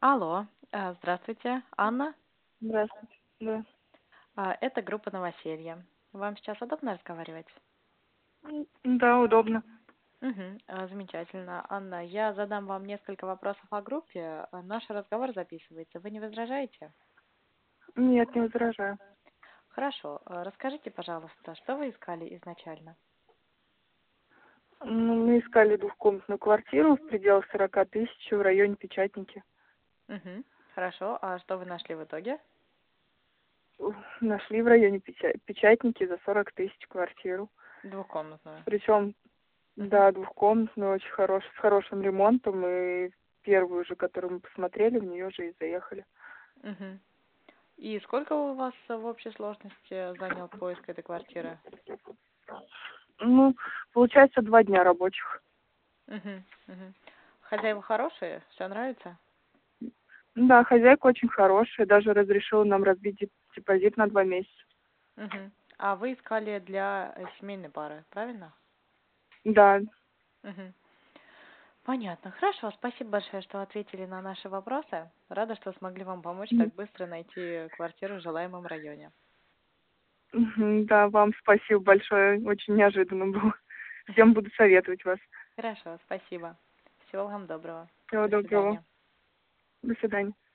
Алло, э, здравствуйте, Анна. Здравствуйте. Да. А, это группа «Новоселье». Вам сейчас удобно разговаривать? М, Да, удобно. Мгм. А, Замечательно. Анна, я задам вам несколько вопросов о группе. А, Наш разговор записывается. Вы не возражаете? Нет, не возражаю. Хорошо. А, Расскажите, пожалуйста, что вы искали изначально? Ну, мы искали двухкомнатную квартиру в пределах 40 тысяч в районе Печатники. Мгм. Хорошо. А что вы нашли в итоге? Ух, Нашли в районе Печа- Печатники за 40 тысяч квартиру. Двухкомнатную. Причем, Мгм. да, двухкомнатную, очень хорош, с хорошим ремонтом. И первую же, которую мы посмотрели, в нее же и заехали. Мгм. И сколько у вас в общей сложности занял поиск этой квартиры? Ну, получается, два дня рабочих. Мгм. Мгм. Хозяева хорошие? Все нравится? Да, хозяйка очень хорошая, даже разрешила нам разбить деп- депозит на два месяца. Мгм. А вы искали для э, семейной пары, правильно? Да, Мгм. Понятно. Хорошо, спасибо большое, что ответили на наши вопросы. Рада, что смогли вам помочь Мгм. так быстро найти квартиру в желаемом районе. Мгм, Да, вам спасибо большое. Очень неожиданно было. Всем буду советовать вас. Хорошо, спасибо. Всего вам доброго. Всего До доброго. свидания. До свидания.